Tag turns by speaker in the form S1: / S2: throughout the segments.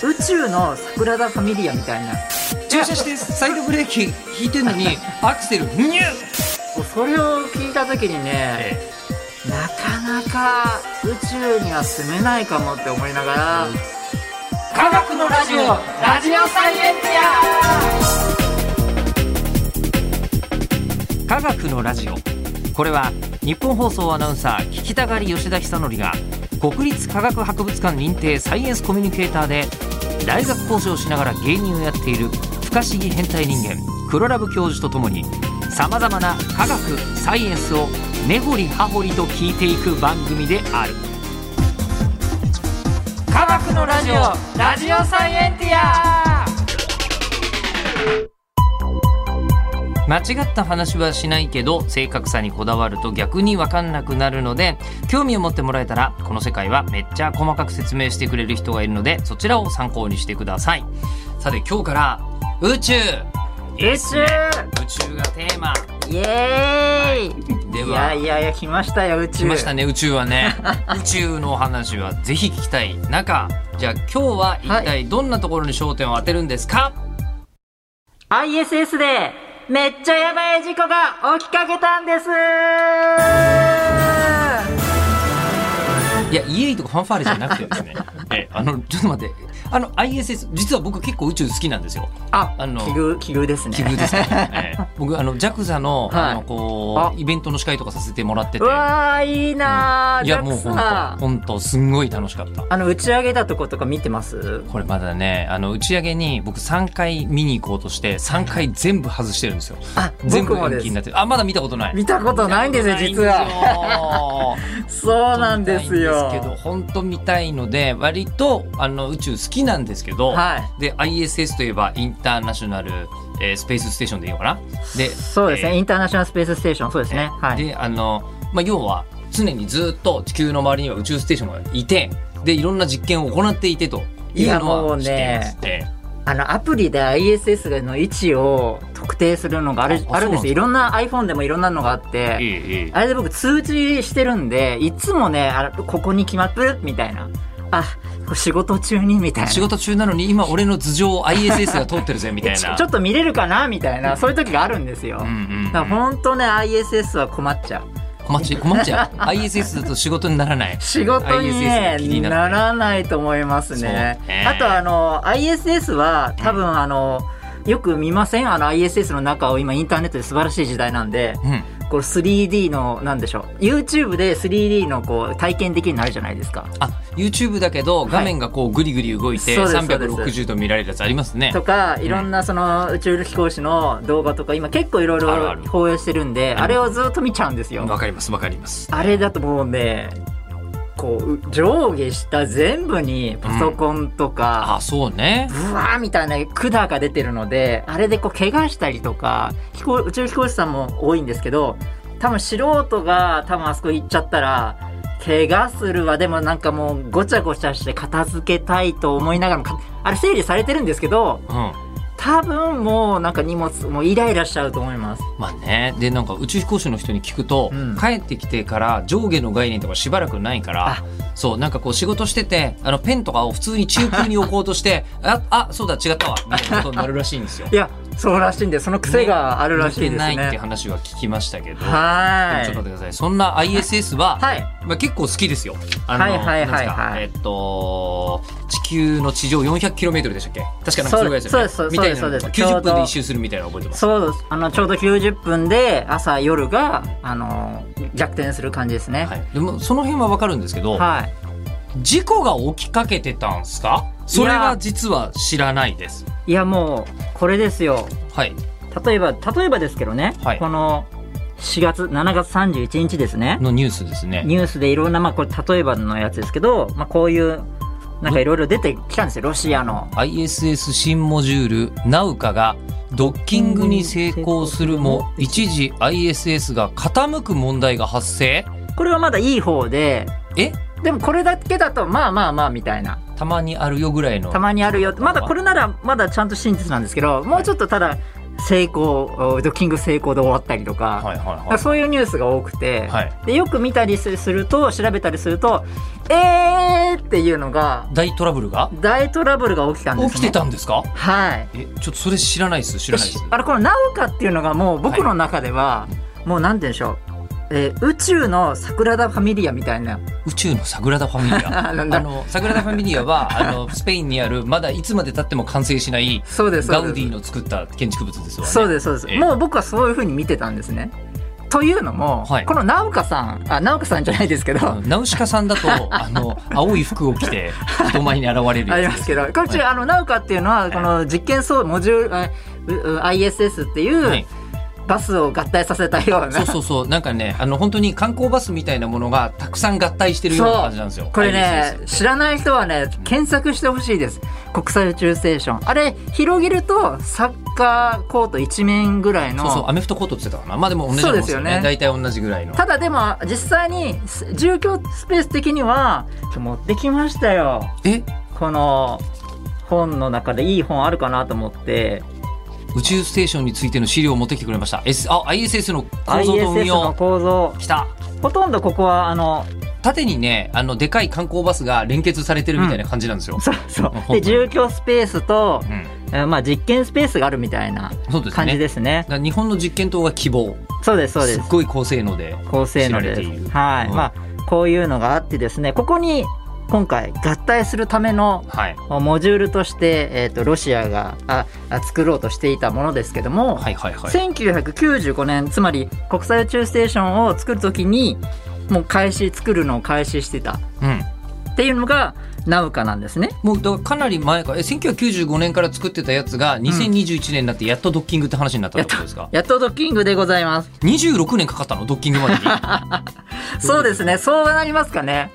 S1: 府中の桜田ファミリアみたいな
S2: 駐車してサイドブレーキ引いてんのにアクセルニュー
S1: それを聞いた時にね、
S2: え
S1: なかなか宇宙には住めないかもって思いながら、科学のラジオラジオサイエンティ
S2: え科学のラジオこれは日本放送アナウンサー聞きたがり吉田久典が国立科学博物館認定サイエンスコミュニケーターで大学講師をしながら芸人をやっている不可思議変態人間黒ラブ教授とともにさまざまな科学サイエンスを根掘り葉掘りと聞いていく番組である
S1: ア科学のラジオラジオサイエンティア
S2: 間違った話はしないけど正確さにこだわると逆に分かんなくなるので興味を持ってもらえたらこの世界はめっちゃ細かく説明してくれる人がいるのでそちらを参考にしてくださいさて今日から宇宙いいっすね宇宙がテーマ
S1: イエーイ、
S2: で
S1: いや
S2: はい
S1: やいや来ましたよ宇宙
S2: 来ましたね宇宙はね宇宙のお話はぜひ聞きたい中じゃあ今日は一
S1: は
S2: 体どんなところに焦点を当てるんですか、
S1: ISS でめっちゃやばい事故が起きかけたんです
S2: いや、イエイとかファンファーレじゃなくて ですね。え、あの、ちょっと待って。あの、ISS、実は僕結構宇宙好きなんですよ。
S1: あ
S2: あの
S1: 奇遇奇遇ですね
S2: 奇遇です ね。ええ 僕、あの、JAXA の、
S1: はい
S2: あの、こ
S1: あ
S2: う、イベントの司会とかさせてもらってて
S1: う。わーいいなー、
S2: いや、もう本当
S1: JAXA
S2: 本当すんごい楽しかった。
S1: あの打ち上げたとことか見てます
S2: これまだね、あの、打ち上げに僕3回見に行こうとして、3回全部外してるんですよ。
S1: あ
S2: 全部
S1: 僕も
S2: 延
S1: です
S2: 期になってる。あ、まだ見たことない。
S1: 見たことないんですよ実は
S2: は。
S1: そうなんですよ
S2: 見たいんですけど、本当見たいので、割と、あの、宇宙好きなんですけど、
S1: はい
S2: で、ISS といえば、インターナショナル、えースペースステーションでいいのかなで、
S1: そうですね、
S2: えー
S1: インターナショナルスペースステーションそうですねはい
S2: で、あの、まあ、要は、常にずっと地球の周りには宇宙ステーションがいて、で、いろんな実験を行っていてと。い
S1: いうや
S2: の
S1: も
S2: は
S1: う
S2: 知っています
S1: ね
S2: え
S1: あのアプリで ISS の位置を特定するのがある
S2: あ
S1: あるんで
S2: そうなんです
S1: す
S2: か
S1: よいろんな iPhone でもいろんなのがあっ
S2: え
S1: て
S2: ええ
S1: あれで僕通知してるんでいつもねあここに決まってるみたいなあ仕事中にみたいな
S2: 仕事中なのに、今俺の頭上を ISS が通ってるぜ、みたい
S1: ちょ
S2: な。
S1: ちょっと見れるかなみたいなそういう時があるんですよ、
S2: うんうんうん
S1: だから本当ね ISS は困っちゃう
S2: 困っちゃう、困っちゃう。ISS だと仕事にならない。
S1: 仕事に、ね
S2: ISS が気にな
S1: な
S2: る
S1: らないと思いますね
S2: そうね
S1: あとあの ISS は多分あの、よく見ませんあの ISS の中を今インターネットで素晴らしい時代なんで
S2: うん。
S1: こう 3D のなんでしょう YouTube で 3D のこう体験できるようになるじゃないですか
S2: あ YouTube だけど画面がこうグリグリ動いて
S1: はいそうです
S2: 360度見られるやつありますね
S1: と。かいろんなその宇宙飛行士の動画とか今結構いろい
S2: あるあ
S1: ろ
S2: る
S1: 放映してるんであれをずっと見ちゃうんですよ
S2: わかりますわかります。
S1: あれだともうねこうう上下下全部にパソコンとか、
S2: あそうね。
S1: ブワーみたいな管が出てるのであれでこう怪我したりとか飛行宇宙飛行士さんも多いんですけど多分素人が多分あそこ行っちゃったら怪我するわでもなんかもうごちゃごちゃして片付けたいと思いながらもかあれ整理されてるんですけど
S2: うん。
S1: 多分もうなんか荷物もうイライラしちゃうと思います
S2: まあね。でなんか宇宙飛行士の人に聞くと、
S1: うん
S2: 帰ってきてから上下の概念とかしばらくないから
S1: あ、
S2: そうなんかこう仕事しててあのペンとかを普通に中空に置こうとして、 ああそうだ違ったわみたいなことになるらしいんですよ
S1: い。やそうらしいんでその 癖があるらしいです
S2: 似
S1: ね
S2: てないって話は聞きましたけど。
S1: は
S2: でもちょっと待
S1: ー
S2: っ
S1: い
S2: てください。そんな ISS は、
S1: はい
S2: まあ、結構好きですよ。あの
S1: はいはいはいはい
S2: なんですかえっと、地球の地上 400km でしたっけ確かなんかそれぐらいですよね。
S1: そうです
S2: みたいな
S1: そうですそうですち
S2: 90分
S1: ょう
S2: で
S1: ど
S2: 一周するみたいなの覚えてます。
S1: そうですあのちょうど90分で朝夜があの逆転する感じですね。は。
S2: はいい、でもその辺はわかるんですけど、事故が起きかけてたんすかそれは実は知らないです。
S1: い、やもうこれですよ。
S2: はい。
S1: 例えば例えばですけどね、
S2: はい
S1: この4月7月31日ですね。
S2: のニュースですね。
S1: ニュースでいろんなまあこれ例えばのやつですけど、まあこういうなんかいろいろ出てきたんですよロシアの。
S2: ISS 新モジュールナウカがドッキングに成功するも一時 ISS が傾く問題が発生
S1: これはまだいい方で、
S2: え
S1: でもこれだけだとまあまあまあみたいな。
S2: たまにあるよぐらいの
S1: たまにあるよまだこれならまだちゃんと真実なんですけどもうちょっとただ成功ドッキング成功で終わったりとか,、
S2: はいはい
S1: なんか
S2: は
S1: そういうニュースが多くて、
S2: い。はい。
S1: でよく見たりすすると調べたりするとえーっていうのが
S2: 大トラブルが
S1: 大トラブルが起きたんです、ね、
S2: 起きてたんですか
S1: はい
S2: え、ちょっとそれ知らないです。知らないです。
S1: あれこの「なおか」っていうのがもう僕の中では、もう何て言うんでしょう、えー宇宙の桜田ファミリアみたいな
S2: 宇宙のサグラダ・ファミリア。
S1: あ
S2: あ
S1: なんだ
S2: の、サグラダ・ファミリアは、あの、スペインにある、まだいつまで経っても完成しない、
S1: そうです
S2: ガ
S1: そう
S2: ウ
S1: です
S2: ディの作った建築物ですわね。
S1: そうですそうです、
S2: ええ
S1: もう僕はそういうふうに見てたんですね。というのも、
S2: はい
S1: この直香さんあ直香さんじゃないですけど、
S2: うんナウシカさんだ と、あの、青い服を着て、人前に現れる
S1: あり
S2: や
S1: ま
S2: つですす。
S1: けどこっち、
S2: は
S1: あの直香っていうのはこの実験層モジュールあうう ISS っていう、
S2: はい
S1: バスを合体させたような
S2: そうそうそう。なんかね、あの、本当に観光バスみたいなものがたくさん合体してるような感じなんですよ。
S1: これね
S2: ISS
S1: 知らない人はね検索してほしいです国際宇宙ステーションあれ広げるとサッカーコート一面ぐらいの
S2: そうそう、アメフトコートって言ってたかな。まあでも同じようなもんですよね。
S1: そうで
S2: 大体同じぐらいの。
S1: ただでも実際にす住居スペース的には持ってきましたよ
S2: え
S1: この本の中でいい本あるかなと思って
S2: 宇宙ステーションについての資料を持ってきてくれました。S、あ、ISS の構造と運
S1: ISS の
S2: 用。
S1: 構造
S2: 来た。
S1: ほとんどここはあの
S2: 縦にね、あの、でかい観光バスが連結されてるみたいな感じなんですよ。
S1: そうそ
S2: 本
S1: う
S2: 当
S1: で
S2: に
S1: 住居スペースと
S2: うん。
S1: えーまあ実験スペースがあるみたいな
S2: そうです
S1: 感じ
S2: ね。
S1: ですね
S2: だから日本の実験棟が希望。
S1: そうですそうです
S2: すっごい高性能で。
S1: 高性能
S2: 知ら
S1: で
S2: れて
S1: す。
S2: いる
S1: はい、
S2: うん
S1: まあこういうのがあってですねここに今回合体するための
S2: はい。
S1: モジュールとして、えー、とロシアがああ作ろうとしていたものですけども、
S2: はいはいはい。
S1: 1995年つまり国際宇宙ステーションを作る時にもう開始作るのを開始してた
S2: うん。
S1: っていうのがナウカなんですね。
S2: もうだからかなり前からえ1995年から作ってたやつが2021年になってやっとドッキングって話になったってことですか、
S1: やっとドッキングでございます。
S2: 26年かかったのドッキング までに
S1: そうですね。そうなりますかね。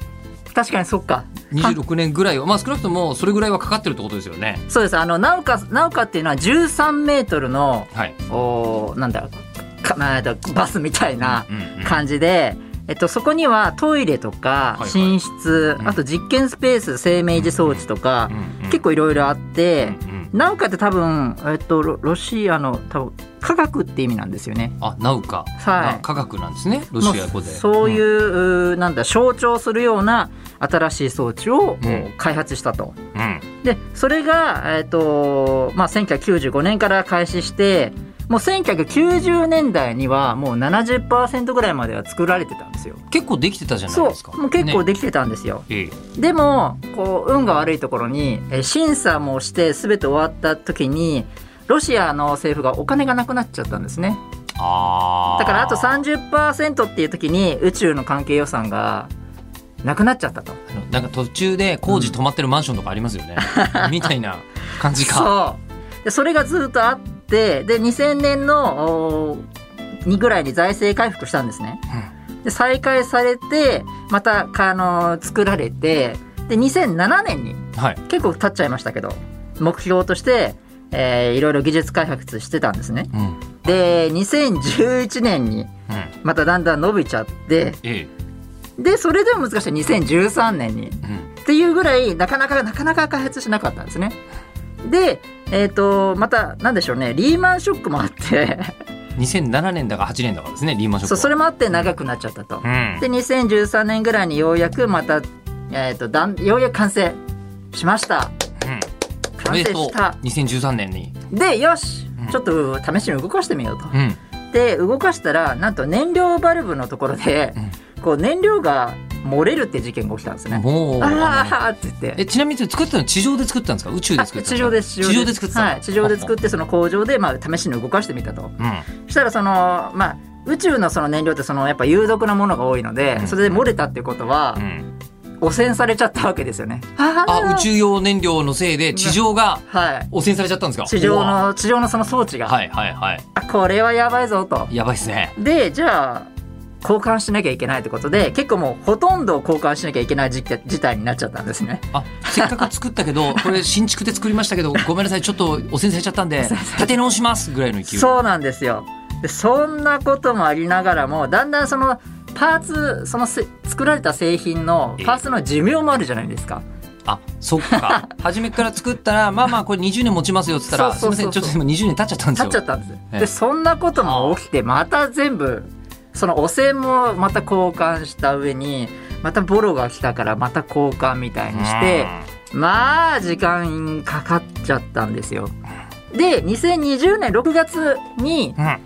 S1: 確かにそっか。
S2: 26年ぐらいはまあ少なくともそれぐらいはかかってるってことですよね
S1: そうです。あの、ナウカ、ナウカっていうのは13メートルの
S2: はい、
S1: おーなんだろうかなえっとバスみたいな
S2: うんうん
S1: 感じで、えっと、そこにはトイレと
S2: は
S1: か
S2: いはい
S1: 寝室、
S2: うん
S1: あと実験スペース生命維持装置とか、
S2: うんうん
S1: 結構いろいろあっ
S2: う
S1: て
S2: ん、うん
S1: なんかって多分、えっと、ロロシアの多分科学って意味なんですよね。
S2: あナウカ、
S1: はい
S2: あ科学なんですねロシア
S1: も
S2: 語で
S1: うそういう、
S2: うん
S1: うーなんだ象徴するような新しい装置を、
S2: うん
S1: 開発したと。
S2: うん
S1: でそれが、えっとまあ、1995年から開始してもう1990年代にはもう70%ぐらいまでは作られてたんですよ。
S2: 結構できてたじゃない
S1: そ
S2: ですか
S1: うもう結構
S2: ね
S1: できてたんですよ、
S2: ええ
S1: でもこう運が悪いところにえー審査もして全て終わった時にロシアの政府がお金がなくなっちゃったんですね
S2: あー
S1: だからあと30%っていう時に宇宙の関係予算がなくなっちゃったと
S2: あのなんか途中で工事止まってるマンションとかありますよね、みたいな感じか
S1: そうでそれがずっとあってで2000年のおーにぐらいに財政回復したんですね、で再開されてまたあのー作られてで2007年に
S2: はい
S1: 結構経っちゃいましたけど目標として、えーいろいろ技術開発してたんですね
S2: うんうん
S1: で2011年にまただんだん伸びちゃって
S2: ええ
S1: でそれでも難しい2013年に
S2: うん
S1: っていうぐらいなかなかなかなか開発しなかったんですねでえっ、とまたなんでしょうねリーマンショックもあって
S2: 2007年だか8年だかですねリーマンショッ
S1: そ
S2: クは
S1: うそれもあって長くなっちゃったと
S2: う、ん
S1: で2013年ぐらいにようやくまた、えー、とだんようやく完成しました
S2: うんお
S1: 完成
S2: めでとう
S1: した
S2: 2013年に、
S1: でよし、
S2: うん
S1: ちょっと試しに動かしてみようと。
S2: うん、
S1: で動かしたらなんと燃料バルブのところで、こう燃料が漏れるって事件が起きたんですね。
S2: もう
S1: あ
S2: あの
S1: あって言って
S2: え。ちなみに作ったの地上で作ったんですか宇宙で
S1: あ
S2: 作った
S1: 地上です
S2: 地上で作ってたの
S1: はい、地上で作ってその工場で、まあ、試しに動かしてみたと
S2: うんは
S1: そしたらその、まあ、宇宙のその燃料ってそのやっぱ有毒なものが多いので、
S2: うん
S1: それで漏れたってことは
S2: う、ん
S1: 汚染されちゃったわけですよねあ
S2: あ宇宙用燃料のせいで地上が
S1: はい
S2: 汚染されちゃったんですか
S1: 地上
S2: うわ
S1: の地上のその装置が、
S2: はいはいは
S1: あこれはやばいぞと
S2: いやばいですね
S1: でじゃあ交換しなきゃいけないってことで結構もうほとんど交換しなきゃいけない事件事態になっちゃったんですね。
S2: あせっかく作った けどこれ新築で作りましたけどごめんなさいちょっと汚染されちゃった んで立て直しますぐらいの勢い
S1: そうなんですよでそんなこともありながらもだんだんそのパーツそのせ作られた製品のパーツの寿命もあるじゃないですか。
S2: あそっか初めから作ったらまあまあこれ20年持ちますよっつったらす
S1: そ
S2: いう
S1: そう
S2: ませ
S1: そ
S2: ん
S1: う
S2: ち
S1: そ
S2: ょ
S1: う
S2: っと今20年経っちゃったんで
S1: 経
S2: す
S1: っ
S2: よ
S1: ちゃったんですよ
S2: ええ
S1: でそんなことも起きてまた全部その汚染もまた交換した上にまたボロが来たからまた交換みたいにしてまあ時間かかっちゃったんですよで2020年6月に
S3: うん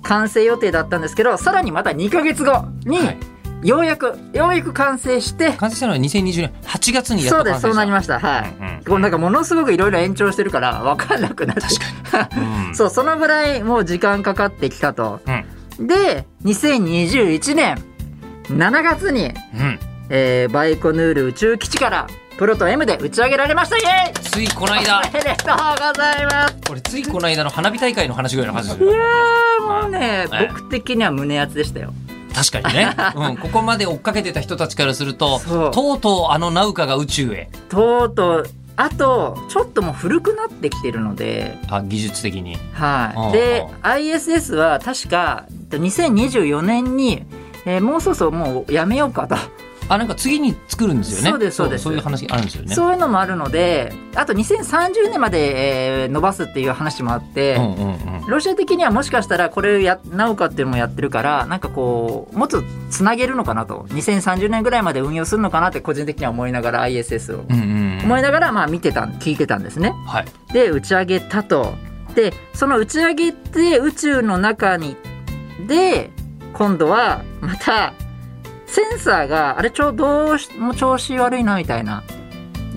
S1: 完成予定だったんですけどさらにまた2ヶ月後に
S2: はい
S1: ようやくようやく完成して
S2: 完成したのは2020年8月にやっ
S1: そう
S2: と完成
S1: で
S2: した
S1: すそうなりましたはいこうなんかものすごくいろいろ延長してるから分かんなくなって
S3: うん
S1: そう、そのぐらいもう時間かかってきたと。で、2021年7月に、
S3: うん
S1: えーバイコヌール宇宙基地からプロと M で打ち上げられましたイエーイ
S2: ついこの間
S1: おめでとうございます
S2: これついこの間の花火大会の話ぐらいの話です
S1: い
S2: よ
S1: やーもうね、
S2: はい
S1: 僕的には胸熱でしたよ。
S2: 確かにね、うん、ここまで追っかけてた人たちからすると
S1: そう
S2: とうとうあのナウカが宇宙へ
S1: とうとう、あと、ちょっともう古くなってきてるので、
S2: あ技術的に
S1: は
S2: うん
S1: い。で
S2: う、
S1: ISS は確か2024年に、えーもうそろそろもうやめようかと。
S2: あなんか次に作るんですよね
S1: そうですそうです
S2: そういう話あるんですよね
S1: そういうのもあるのであと2030年まで、えー伸ばすっていう話もあって、
S2: うんうんうん
S1: ロシア的にはもしかしたらこれやなおかっていうのもやってるからなんかこうもっとつなげるのかなと2030年ぐらいまで運用するのかなって個人的には思いながら ISS を、
S2: うんうんうん
S1: 思いながらまあ見てた聞いてたんですね。
S2: はい
S1: で打ち上げたと。でその打ち上げって宇宙の中にで今度はまたセンサーがあれちょどうしもう調子悪いなみたいな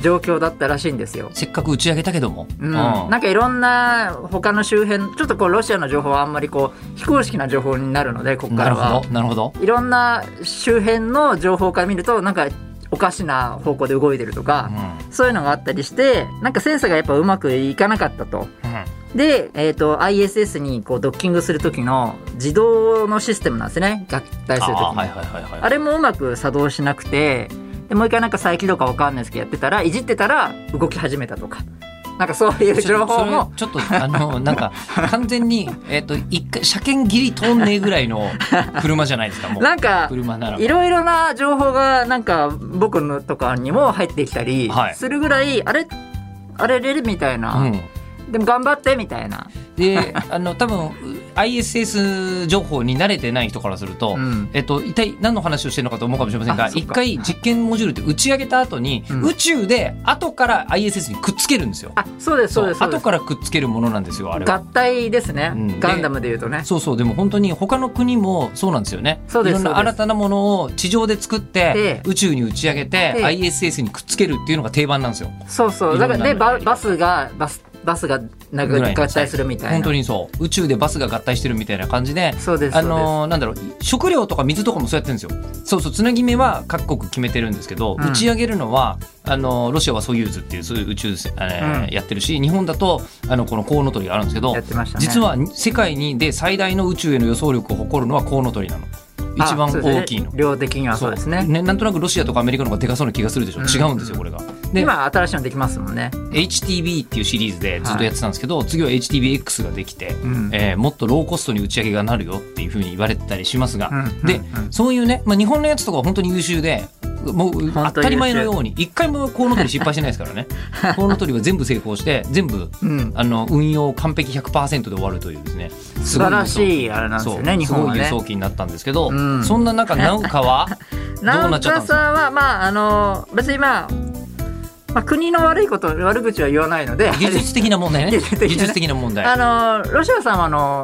S1: 状況だったらしいんですよ。
S2: せっかく打ち上げたけども、
S1: うん、なんかいろんな他の周辺ちょっとこうロシアの情報はあんまりこう非公式な情報になるのでここか
S2: なる
S1: らは
S2: ほどなるほど
S1: いろんな周辺の情報から見るとなんかおかしな方向で動いてるとか、そういうのがあったりしてなんかセンサーがやっぱうまくいかなかったと。で、えっと ISS にこうドッキングする時の自動のシステムなんですね合体する
S2: あ
S1: 時
S2: ー
S1: に
S2: はいはいはいはい
S1: あれもうまく作動しなくてでもう一回なんか再起動かわかんないですけどやってたらいじってたら動き始めたとかなんかそういう
S2: ちょ
S1: 情
S2: っと
S1: 報も
S2: それちょっとあのなんか完全にえっ、と一回車検ギリ通んねえぐらいの車じゃないですかもう
S1: なんか
S2: 車ならば
S1: いろいろな情報がなんか僕のとかにも入ってきたり
S2: はい
S1: するぐらい、あれあれれれみたいな、
S2: うん
S1: でも頑張ってみたいな、
S2: であの多分 ISS 情報に慣れてない人からすると、
S1: うん
S2: えっと、一体何の話をしてるのかと思うかもしれませんが
S1: あそっ
S2: 一
S1: か
S2: 回実験モジュールって打ち上げた後に、
S1: うん
S2: 宇宙で後から ISS にくっつけるんですよ。
S1: あそうですそうですそうで
S2: 後
S1: す
S2: からくっつけるものなんですよあれは。
S1: 合体ですね、
S2: うん
S1: ガンダムでいうとね
S2: そうそうでも本当に他の国もそうなんですよね
S1: そうです
S2: いろんな
S1: そうで
S2: 新
S1: す
S2: たなものを地上で作って
S1: ええ
S2: 宇宙に打ち上げて
S1: ええ
S2: ISS にくっつけるっていうのが定番なんですよ
S1: そうそうだから
S2: いろ
S1: で
S2: んなのが
S1: ババスがバスバスがなん
S2: ぐらいの
S1: か合体するみたいな
S2: 本当にそう宇宙でバスが合体してるみたいな感じで
S1: そうです
S2: あ
S1: そうです、
S2: のーなんだろう食料とか水とかもそうやってるんですよそうそうつなぎ目は各国決めてるんですけど、
S1: うん
S2: 打ち上げるのはあのーロシアはソユーズっていうそういう宇宙船、えー
S1: うん
S2: やってるし日本だとあのこのコウノトリがあるんですけど、
S1: やってましたね
S2: 実は世界にで最大の宇宙への予想力を誇るのはコウノトリなの
S1: あ
S2: 一番
S1: そうですね
S2: 大きいの。
S1: 量的にはそうですね
S2: なんとなくロシアとかアメリカの方がでかそうな気がするでしょ、
S1: うん
S2: 違うんですよこれが。で
S1: 今新しいのできますもんね
S2: HTB っていうシリーズでずっとやってたんですけど、次は HTBX ができて、
S1: ん
S2: えーもっとローコストに打ち上げがなるよっていうふうに言われてたりしますが、
S1: うん
S2: で、
S1: うんうん
S2: そういうね、まあ、日本のやつとかは本当に優秀でも
S1: 本
S2: う当
S1: 当に優秀
S2: たり前のように一回もコウノトリ失敗してないですか らねコウノトリは全部成功して全部
S1: うん
S2: あの運用完璧100%で終わるというですね素
S1: 素晴らしいあれなんですよね日本はね
S2: すごい輸送機になったんですけど、
S1: うん
S2: そんな中ナウ カはどう
S1: ナ
S2: な
S1: ウ
S2: っちゃったん
S1: カ
S2: ですか
S1: さんはまああの別にまあ、まあ、国の悪いこと悪口は言わないので
S2: 技術的な問題ね
S1: 技術的なね
S2: 技術的な問題
S1: あのロシアさんはあの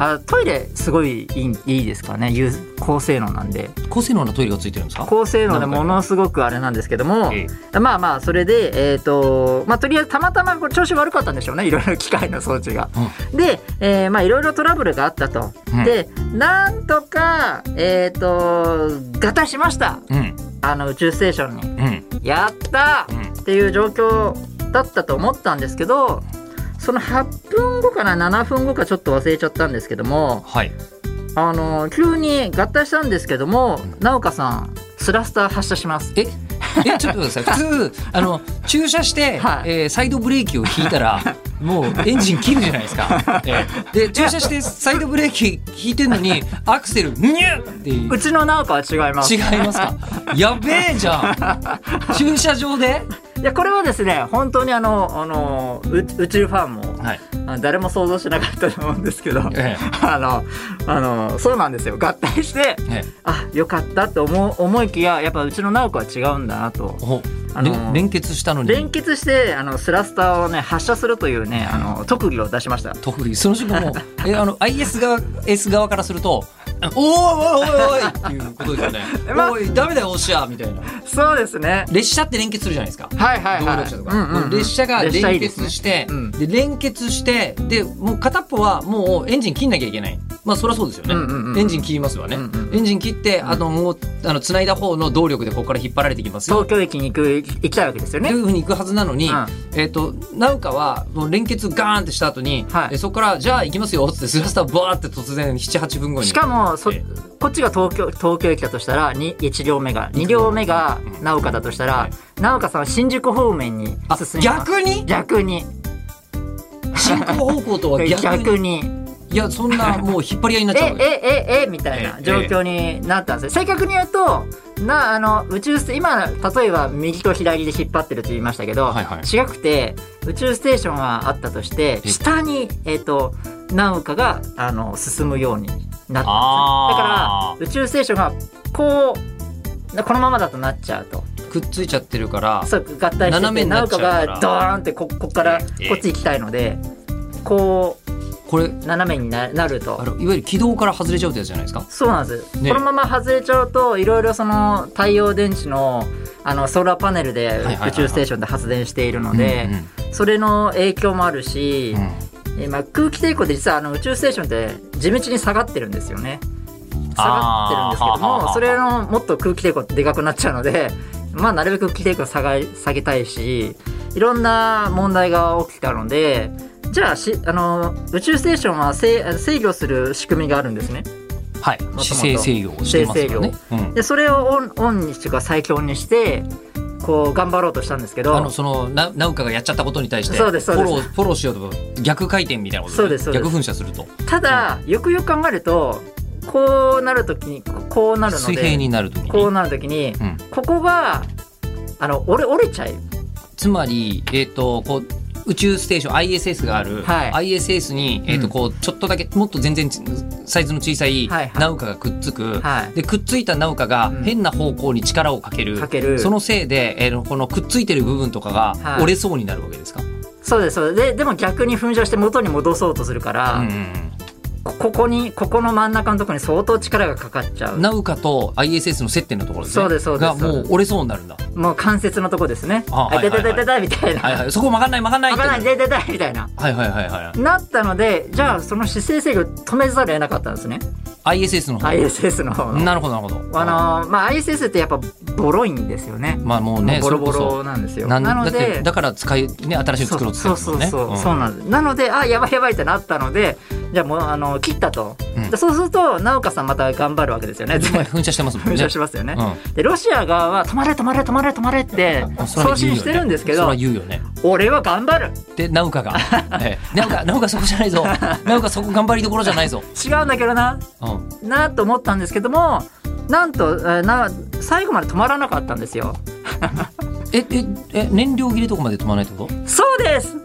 S1: あトイレすごいいいいいですからねゆ高性能なんで
S2: 高性能なトイレがついてるんですか
S1: 高性能でものすごくあれなんですけども
S2: え
S1: まあまあそれでえっ、とまあとりあえずたまたまこれ調子悪かったんでしょうね いろいろ機械の装置が。で、えーまあいろいろトラブルがあったと。
S2: うん
S1: でなんとかえっ、と合体しました
S2: うん
S1: あの宇宙ステーションに。
S2: うん
S1: やった
S2: うん
S1: ーっていう状況だったと思ったんですけどその8分後かな7分後かちょっと忘れちゃったんですけども
S2: はい
S1: あの急に合体したんですけどもなおかさんスラスター発射します
S2: え えちょっと待ってください普通あの駐車して、
S1: はい
S2: えーサイドブレーキを引い たらもうエンジン切るじゃないですか、えーで駐車してサイドブレーキ引いてんのにアクセルニューっていう
S1: うちのなおかは違います
S2: 違いますかやべえじゃん駐車場で
S1: いやこれはですね本当にあのあのう宇宙ファンも
S2: はい。
S1: あの誰も想像しなかったと思うんですけど
S2: え
S1: あのあのそうなんですよ合体して
S2: え。ええ。
S1: あよかったって思う思いきややっぱうちの直子は違うんだなと
S2: お、
S1: あの
S2: れん連結したのに。
S1: 連結してあのスラスターをね発射するというねあの特技を出しました
S2: 特にその瞬間もうえあの IS 側 S 側からすると「おーおいおいおいおい」っていうことですよね「
S1: えまあ
S2: おいダメだよおっしゃ」みたいな
S1: そうですね
S2: 列車って連結するじゃないですか
S1: はいはい
S2: 動
S1: はい
S2: 力車とか、
S1: うんうんうん
S2: 列車が
S1: 列車い
S2: 連
S1: いですね
S2: 結してで、
S1: うん
S2: 連結してでもう片っぽはもうエンジン切んなきゃいけないまあそりゃそうですよね、
S1: うんうんうん
S2: エンジン切りますわね、
S1: うんうん
S2: エンジン切ってあのもうあの繋いだ方の動力でここから引っ張られてきますよ
S1: 東京駅に行く行きたいわけですよ
S2: って
S1: ね
S2: いうふうに行くはずなのに、
S1: うん
S2: えっ、と、なんかは、もう連結ガーンってした後に、
S1: はい
S2: えそこから、じゃあ行きますよっつって、スラスターバーって突然7、8分後に。
S1: しかもそ
S2: え
S1: こっちが東京東京駅だとしたらに1両目が2両目が直岡だとしたら直岡さんは新宿方面に進み
S2: あ
S1: ます、
S2: 逆に
S1: 逆に
S2: 進行方向とは逆に。
S1: 逆に
S2: いや、そんな、もう引っ張り合いになっ
S1: え
S2: ちゃう。
S1: えええみたいな
S2: え
S1: 状況になったんですよ正確に言うとなあの宇宙ステ今例えば右と左で引っ張ってると言いましたけど、
S2: はいはい
S1: 違くて宇宙ステーションがあったとして
S2: え
S1: 下にえっ、とナウカがあの進むようになったんですねだか
S2: あー
S1: ら宇宙ステーションがこうなこのままだとなっちゃうと
S2: くっついちゃってるから、
S1: そう合体して
S2: 斜め
S1: て
S2: にな
S1: ナ
S2: っ
S1: ウ
S2: ち
S1: カ
S2: ゃうから
S1: がドーンってここっからこ
S2: ええ
S1: っち行きたいのでこ
S2: これ、
S1: う斜めにななると
S2: あ。のいわゆる軌道から外れちゃうってやつじゃないですか。
S1: そうなんです、
S2: ね
S1: このまま外れちゃうといろいろその太陽電池のあのソーラーパネルで
S2: いはいはい
S1: 宇宙ステーションで発電しているので、
S2: うんうん
S1: それの影響もあるし、えまあ、空気抵抗で実はあの宇宙ステーションって地道に下がってるんですよね下がってるんですけど
S2: あーはあはあは
S1: も
S2: あ
S1: それのもっと空気抵抗ってでかくなっちゃうので、 まあ、なるべく空気抵抗下が下げたいしいろんな問題が起きたのでじゃあしあの宇宙ステーションは制制御する仕組みがあるんですね。
S2: はい。
S1: も
S2: 姿勢制御をしてますよね
S1: 姿。
S2: うん
S1: でそれをオンオンにしてか最強にしてこう頑張ろうとしたんですけ
S2: あの
S1: ど
S2: そのなナウカがやっちゃったことに対してフ
S1: そう
S2: ォ
S1: ですそうです
S2: ローフォローしようと逆回転みたいなこと
S1: そうですそうです
S2: 逆噴射すると
S1: ただよくよく考えるとこうなるときにこうなるので
S2: 水平になるときに
S1: こうなるときに、
S2: うん
S1: ここがあの折れ折れちゃい
S2: つまり、えー、とこう宇宙ステーション ISS がある、
S1: は
S2: ISS に、えー
S1: う
S2: と
S1: ん
S2: こうちょっとだけもっと全然ちサイズの小さい
S1: はいはい
S2: ナウカがくっつく、
S1: はい
S2: でくっついたナウカが
S1: うん
S2: 変な方向に力をかける,、
S1: かける
S2: そのせいで、えーこのくっついてる部分とかが
S1: はい
S2: 折れそうになるわけですか、
S1: そうですそうですででも逆に噴射して元に戻そうとするから、
S2: うんうん
S1: こここにここの真ん中のところに相当力がかかっちゃ
S2: う
S1: うん
S2: ナウカと ISS の接点のところですね
S1: そうですそうです
S2: がもう折れそうになるんだ、
S1: もう関節のとこですね
S2: あはいはいはい
S1: 痛い痛い痛いみたい
S2: はい
S1: な
S2: はい、そこ曲がんない曲がんない
S1: 分
S2: って
S1: かんない痛
S2: なる
S1: い痛い痛いみたいな
S2: はいはいはいは
S1: なったのでじゃあその姿勢制御止めざるを得なかったんですね
S2: い ISS の方
S1: ISS の方の
S2: なるほどなるほど
S1: あのーまあ ISS ってやっぱボロいんですよね。
S2: まあもうね
S1: ボロボ
S2: それこそ
S1: ロなんですよ。
S2: な
S1: なんの
S2: だって
S1: で
S2: だから使いね新しいの作ろうって
S1: そ
S2: 言
S1: う
S2: ってた
S1: そ
S2: もん
S1: うそう、
S2: ねん
S1: そうなんです。なのであやばいやばいってなったのでじゃあもうあの切ったと、
S2: うん
S1: でそうすると直岡さんまた頑張るわけですよね。
S2: 前噴射してますもんね
S1: 噴射しますよね。
S2: う
S1: でロシア側は止まれ止まれ止まれ止まれって
S2: んそれは
S1: 送
S2: 言
S1: 信
S2: うよね
S1: してるんですけ
S2: それ
S1: ど
S2: は、言うよね
S1: 俺は頑張る
S2: でナウ カがええナウカナウカそこじゃないぞナウカそこ頑張りどころじゃないぞ
S1: 違うんだけどな
S2: うん
S1: なと思ったんですけどもなんとえーな最後まで止まらなかったんですよ。
S2: えええ燃料切れとこまで止まらないってこと
S1: そうです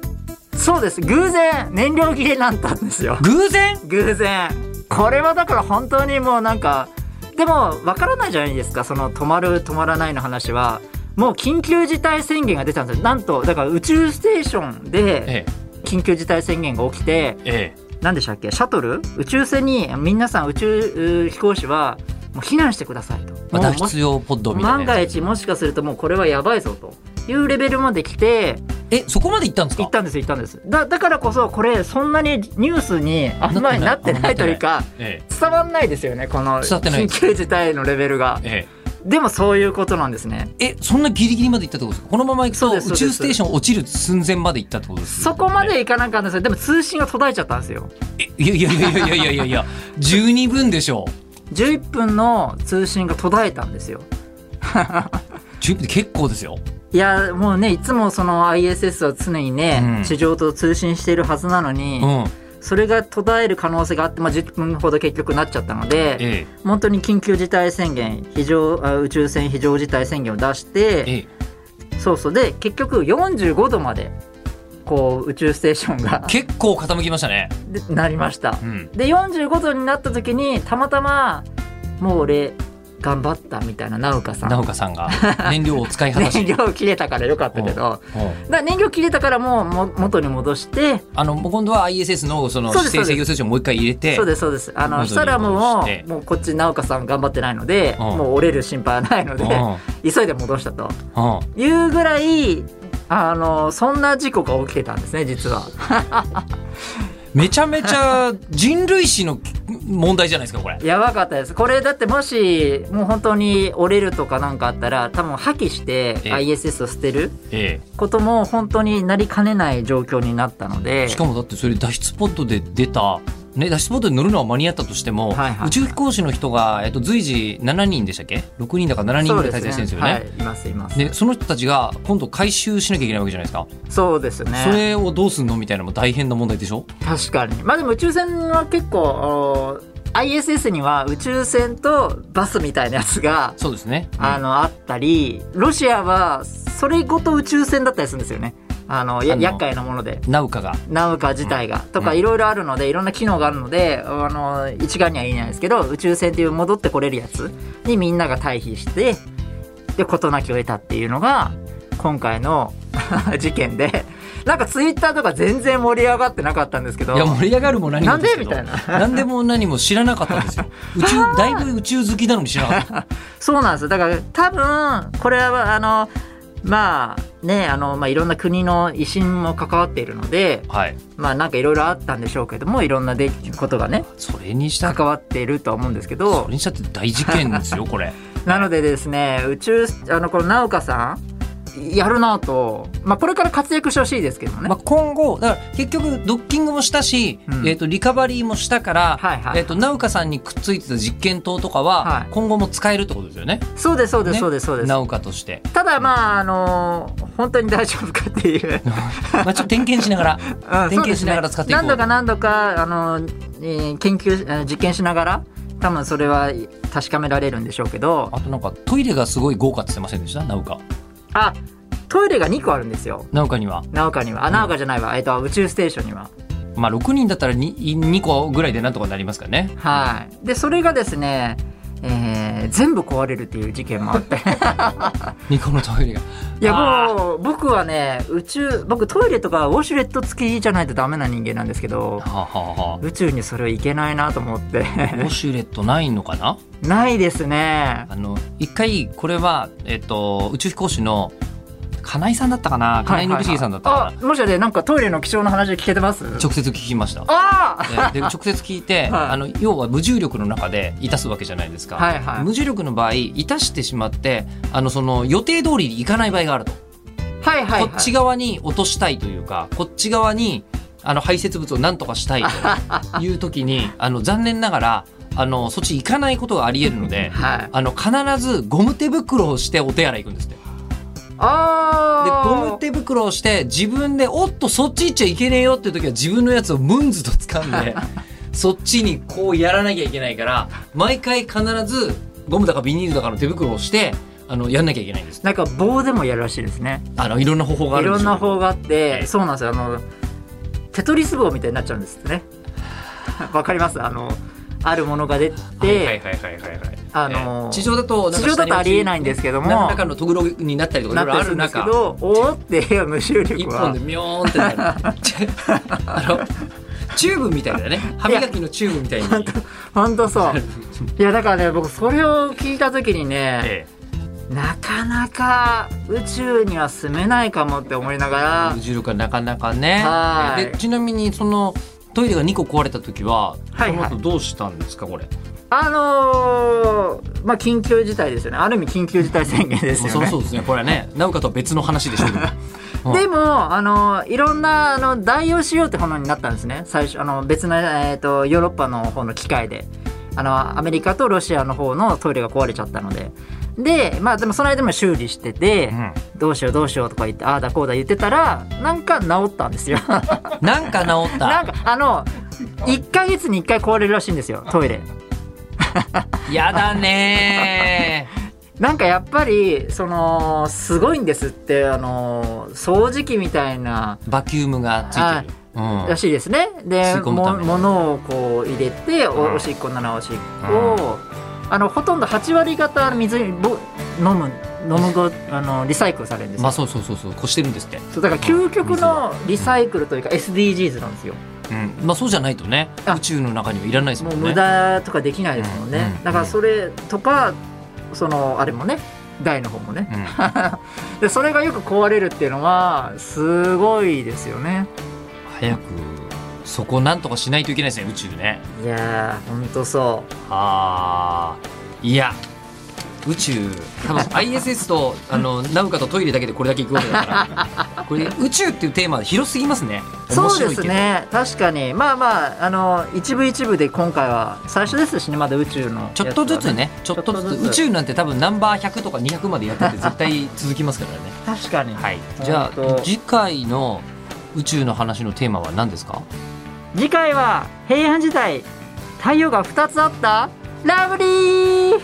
S1: そうです偶然燃料切れになったんですよ
S2: 偶然
S1: 偶然これはだから本当にもうなんかでもわからないじゃないですかその止まる止まらないの話はもう緊急事態宣言が出たんですよなんとだから宇宙ステーションで
S2: え
S1: 緊急事態宣言が起きて
S2: え
S1: 何でしたっけシャトル宇宙船に皆さん宇宙う飛行士はもう避難してくださいと。も
S2: また
S1: うも
S2: 必要ポッドみた
S1: 万
S2: いな
S1: が
S2: やつ
S1: 一もしかするともうこれはやばいぞというレベルまで来て
S2: えそこまで行ったんです
S1: 行っ
S2: か
S1: たんですよ行ったんですだだからこそこれそんなにニュースにあんまりなってないというか
S2: え
S1: 伝わんないですよねこの
S2: 伝わってない
S1: 緊急事態のレベルが
S2: え
S1: でもそういうことなんですね
S2: えそんなギリギリまで行ったってことですかこのまま行く
S1: そう
S2: と
S1: です
S2: 宇宙ステーション落ちる寸前まで行ったってことです
S1: そこまでいかなかったんですよでも通信が途絶えちゃったんですよ
S2: いやいやいやいやいやいやいや十二分でしょ
S1: 11分の通信が途絶えたんですよ
S2: 十分って結構ですよ
S1: いやもうねいつもその ISS は常にね、
S2: うん
S1: 地上と通信しているはずなのに、
S2: うん
S1: それが途絶える可能性があって、まあ、10分ほど結局なっちゃったので、
S2: え
S1: 本当に緊急事態宣言非常あ宇宙船非常事態宣言を出して、
S2: ええ
S1: そうそうで結局45度までこう宇宙ステーションが
S2: 結構傾きましたね。
S1: で なりました
S2: うん。
S1: で45度になった時にたまたまもう俺頑張ったみたいな直香さ
S2: なお
S1: ん
S2: かさんが燃料を使い果たし
S1: 燃料切れたからよかったけど
S2: うん
S1: だから燃料切れたからもうも元に戻して
S2: あのもう今度は ISS のその
S1: そう
S2: 姿
S1: です
S2: 勢制御数値をもう一回入れて
S1: そうですそうですあの
S2: 戻り戻
S1: したらも
S2: して
S1: うもうこっち直香さん頑張ってないので
S2: うん
S1: もう折れる心配はないの
S2: う
S1: で
S2: んうん
S1: 急いで戻したというぐらいあのそんな事故が起きてたんですね実は。
S2: めちゃめちゃ人類史の問題じゃないですかこれ。
S1: やばかったですこれだってもしもう本当に折れるとかなんかあったら多分破棄して
S2: ええ
S1: ISS を捨てる
S2: え
S1: ことも本当になりかねない状況になったので
S2: しかもだってそれ脱出ポッドで出た。ね、脱出ポッドに乗るのは間に合ったとしても、
S1: はいはい
S2: 宇宙飛行士の人が、えっと、随時7人でしたっけ6人だか7人ぐらい滞在してるんですよね
S1: そうですねはいいますいます
S2: でその人たちが今度回収しなきゃいけないわけじゃないですか、
S1: そうです
S2: そ
S1: ね
S2: れをどうすんのみたいなのも大変な問題でしょ
S1: 確かにまあでも宇宙船は結構あの ISS には宇宙船とバスみたいなやつが
S2: そうですね
S1: あのあったりロシアはそれごと宇宙船だったりするんですよねあのや
S2: あの
S1: 厄介なもので
S2: ナウカが
S1: ナウカ自体が、とか
S2: うん
S1: いろいろあるのでいろんな機能があるのであの一概には言えないですけど宇宙船っていう戻ってこれるやつにみんなが退避してで事なきを得たっていうのが今回の 事件でなんかツイッターとか全然盛り上がってなかったんですけど
S2: いや盛り上がるも何も
S1: なんです
S2: けど
S1: みたい
S2: 何でも何も知らなかったんですよ宇宙 だいぶ宇宙好きなのに知らなかっ
S1: そうなんですよだから多分これはあのまあねあの、まあ、いろんな国の威信も関わっているので
S2: たはい
S1: まあなんかいろいろあったんでしょうけどもいろんなでことがね
S2: それにした
S1: 関わっているとは思うんですけど
S2: それにしたって大事件です よこれ
S1: なのでですね宇宙あのこの直香さんやるなと、まあ、これから活躍してほしいですけどもね、
S2: まあ今後だから結局ドッキングもしたし、
S1: うん
S2: えー、とリカバリーもしたから、
S1: はいはい
S2: えー、とナウカさんにくっついてた実験棟とか
S1: は
S2: はい今後も使えるってことですよね
S1: そうですそうです
S2: ね
S1: そうですそうです、
S2: ナウカとして、
S1: ただまああのー本当に大丈夫かっていう、
S2: まあ、ちょっと点検しながら
S1: うん
S2: 点検しながら使っていこう
S1: そうですね何度か何度か、あのーえー研究えー実験しながら多分それは確かめられるんでしょうけど
S2: あとなんかトイレがすごい豪華って言ってませんでしたナウカ。
S1: あトイレが2個あるんですよ
S2: ナウカには。
S1: 直香にはあ直香じゃないわ、えっと宇宙ステーションには
S2: まあ6人だったら 2, 2個ぐらいでなんとかなりますからね。
S1: はいでそれがですね、えー全部壊れるっていう事件もあって
S2: 2個のトイレが。
S1: いや
S2: あー
S1: もう僕はね宇宙僕トイレとかウォシュレット付きじゃないとダメな人間なんですけど
S2: はあ、はあは
S1: 宇宙にそれはいけないなと思って
S2: あ、ウォシュレットないのかな
S1: ないですね
S2: あの、一回これは、えっと、宇宙飛行士の金井さんだったかな金井信重さんだったかな、
S1: あもしかしてなんかトイレの貴重な話聞けてます
S2: 直接聞きました。
S1: あ
S2: でで直接聞いて、
S1: はい
S2: あの要は無重力の中でいたすわけじゃないですか、
S1: はいはい
S2: 無重力の場合いたしてしまってあのその予定通りにいかない場合があると
S1: あはいはい、はい、
S2: こっち側に落としたいというかこっち側にあの排泄物を何とかしたい という時にあの残念ながらあのそっち行かないことがありえるので
S1: はい
S2: あの必ずゴム手袋をしてお手洗い行くんですってで
S1: あー
S2: ゴム手袋をして自分でおっとそっち行っちゃいけねえよっていう時は自分のやつをムンズと掴ん でそっちにこうやらなきゃいけないから毎回必ずゴムだかビニールだかの手袋をしてあのやんなきゃいけないんです
S1: なんか棒でもやるらしいですね
S2: あのいろんな方法があ
S1: い
S2: るん
S1: ろ
S2: です
S1: んな方
S2: 法
S1: があって、
S2: ええ
S1: そうなんですよあのテトリス棒みたいになっちゃうんですってねわかりますあのあるものが出て、
S2: はいはいはいはいはいはい
S1: あのー
S2: えー地上だとなんか
S1: 地上だとありえないんですけども
S2: 何らかのトグロになったりとかいろ
S1: な
S2: いろ
S1: っ
S2: あ
S1: てる
S2: る
S1: んですけ
S2: 中
S1: どおーっていう無重
S2: 一
S1: 力
S2: 本
S1: は
S2: でミョーンって なるちあのチューブみたいだね歯磨きのチューブみたいに
S1: 本当そういやだからね僕それを聞いた時にね、
S2: え
S1: なかなか宇宙には住めないかもって思いなが
S2: え無重力はなかなかね
S1: はーい
S2: でちなみにそのトイレが2個壊れた時は
S1: はい
S2: その
S1: はい
S2: 後どうしたんですかこれ
S1: らあのーまあ緊急事態ですよねある意味緊急事態宣言ですよ
S2: そう
S1: ね
S2: そうですねこれはねなおかとは別の話でし たけどうん
S1: でも、あのーいろんなあの代用しようってものになったんですね最初あの別の、えー、とヨーロッパの方の機械であのアメリカとロシアの方のトイレが壊れちゃったのででまあでもその間も修理してて、
S2: うん
S1: どうしようどうしようとか言ってああだこうだ言ってたらなんか治ったんですよ
S2: なんか治っ
S1: なん
S2: た
S1: かあの1ヶ月に1回壊れるらしいんですよトイレ
S2: やだね
S1: なんかやっぱりそのすごいんですってあの掃除機みたいな
S2: バキュームがついてる。うん
S1: らしいですね、で
S2: 吸い込むた
S1: も
S2: めに
S1: 物をこう入れて
S3: うん
S1: おおしっこ7おしっこ、あのほとんど8割方水にぼ飲む飲むごあのリサイクルされるんですよ、
S2: まあそうそうそうそう、こうしてるんですって。
S1: そうだから究極のリサイクルというか SDGs なんですよ
S2: うん、まあそうじゃないとね、
S1: あ
S2: 宇宙の中にはいらないです
S1: も
S2: も
S1: うん
S2: ね。
S1: 無駄とかできないですもんね、
S2: うんうん
S1: だからそれとかそのあれもね台の方もね
S2: うん
S1: でそれがよく壊れるっていうのはすごいですよね
S2: 早くそこをなんとかしないといけないですね、宇宙ね。
S1: いやーほんとそ
S2: あーいや宇宙多分 ISS とあのナウカとトイレだけでこれだけ行くわけだからこれ宇宙っていうテーマ広すぎますね
S1: うそうですね確かにまあまああの一部一部で今回は最初ですしねまだ宇宙のやつ
S2: ち
S1: は
S2: ょっとずつねちょっと
S1: ちょっ
S2: ず
S1: と
S2: つ
S1: ずつ
S2: 宇宙なんて多分ナンバー100とか200までやってて絶対続きますからね
S1: 確かに、
S2: はいじゃ
S1: ほん
S2: あ
S1: と
S2: 次回の宇宙の話のテーマは何ですか
S1: 次回は平安時代太陽が2つあったラブリー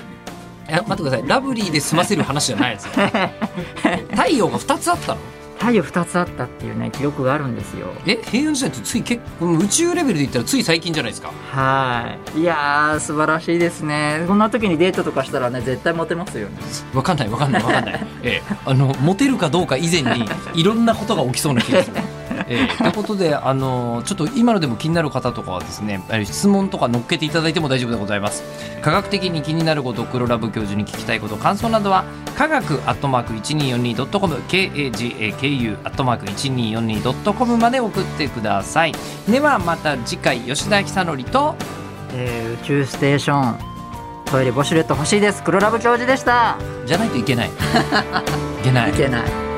S2: え待ってくださいラブリーで済ませる話じゃないですよ太陽が2つあったの
S1: 太陽2つあったっていうね記録があるんですよ
S2: え平安時代ってつい結構宇宙レベルで言ったらつい最近じゃないですか
S1: はいいやー素晴らしいですねこんな時にデートとかしたらね絶対モテますよね
S2: わかんないわかんないわかんない。ええ、あのモテるかどうか以前にいろんなことが起きそうな気がする。ええ、ということであのちょっと今のでも気になる方とかはですねえ質問とか乗っけていただいても大丈夫でございます科学的に気になること黒ラブ教授に聞きたいこと感想などは科学アットマーク 1242.com KAGAKU アットマーク 1242.com まで送ってくださいではまた次回吉田久典と
S1: えー宇宙ステーショントイレボシュレット欲しいです黒ラブ教授でした
S2: じゃないといけないいけない
S1: いけない